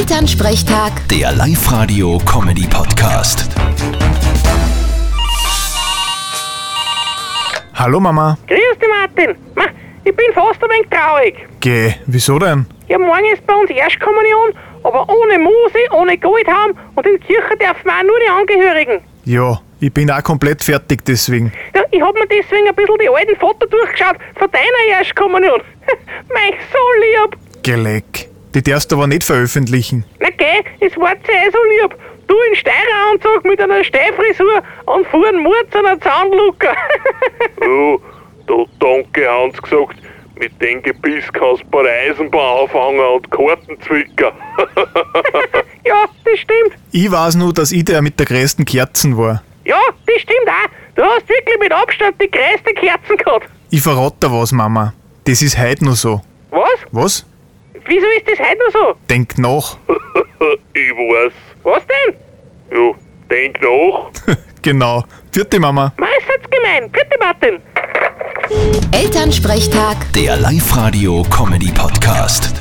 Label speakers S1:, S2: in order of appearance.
S1: Elternsprechtag,
S2: Der Live-Radio-Comedy-Podcast.
S3: Hallo Mama.
S4: Grüß dich, Martin. Ma, ich bin fast ein wenig traurig.
S3: Geh, wieso denn?
S4: Ja, morgen ist bei uns Erstkommunion, aber ohne Mose, ohne Goldhaum und in die Kirche dürfen auch nur die Angehörigen.
S3: Ja, ich bin auch komplett fertig deswegen.
S4: Ja, ich hab mir deswegen ein bisschen die alten Fotos durchgeschaut von deiner Erstkommunion. mein so lieb.
S3: Geleck. Die darfst du aber nicht veröffentlichen.
S4: Na geh, es war sehr so lieb. Du in Steireranzug mit einer Steifrisur und vor einem Mord zu einer Zahnlucker.
S5: Ja, da danke Hans gesagt, mit dem Gebiss kannst du bei der Eisenbahn anfangen und Karten zwicken.
S4: ja, das stimmt.
S3: Ich weiß nur, dass ich der mit der größten Kerzen war.
S4: Ja, das stimmt auch. Du hast wirklich mit Abstand die größte Kerzen gehabt.
S3: Ich verrate dir was, Mama. Das ist heute nur so.
S4: Was?
S3: Was?
S4: Wieso ist das heute noch so?
S3: Denk nach.
S5: ich weiß.
S4: Was denn?
S5: Ja, denk nach.
S3: genau. Vierte Mama.
S4: Meistens gemein. Bitte, Martin.
S1: Elternsprechtag.
S2: Der Live-Radio-Comedy-Podcast.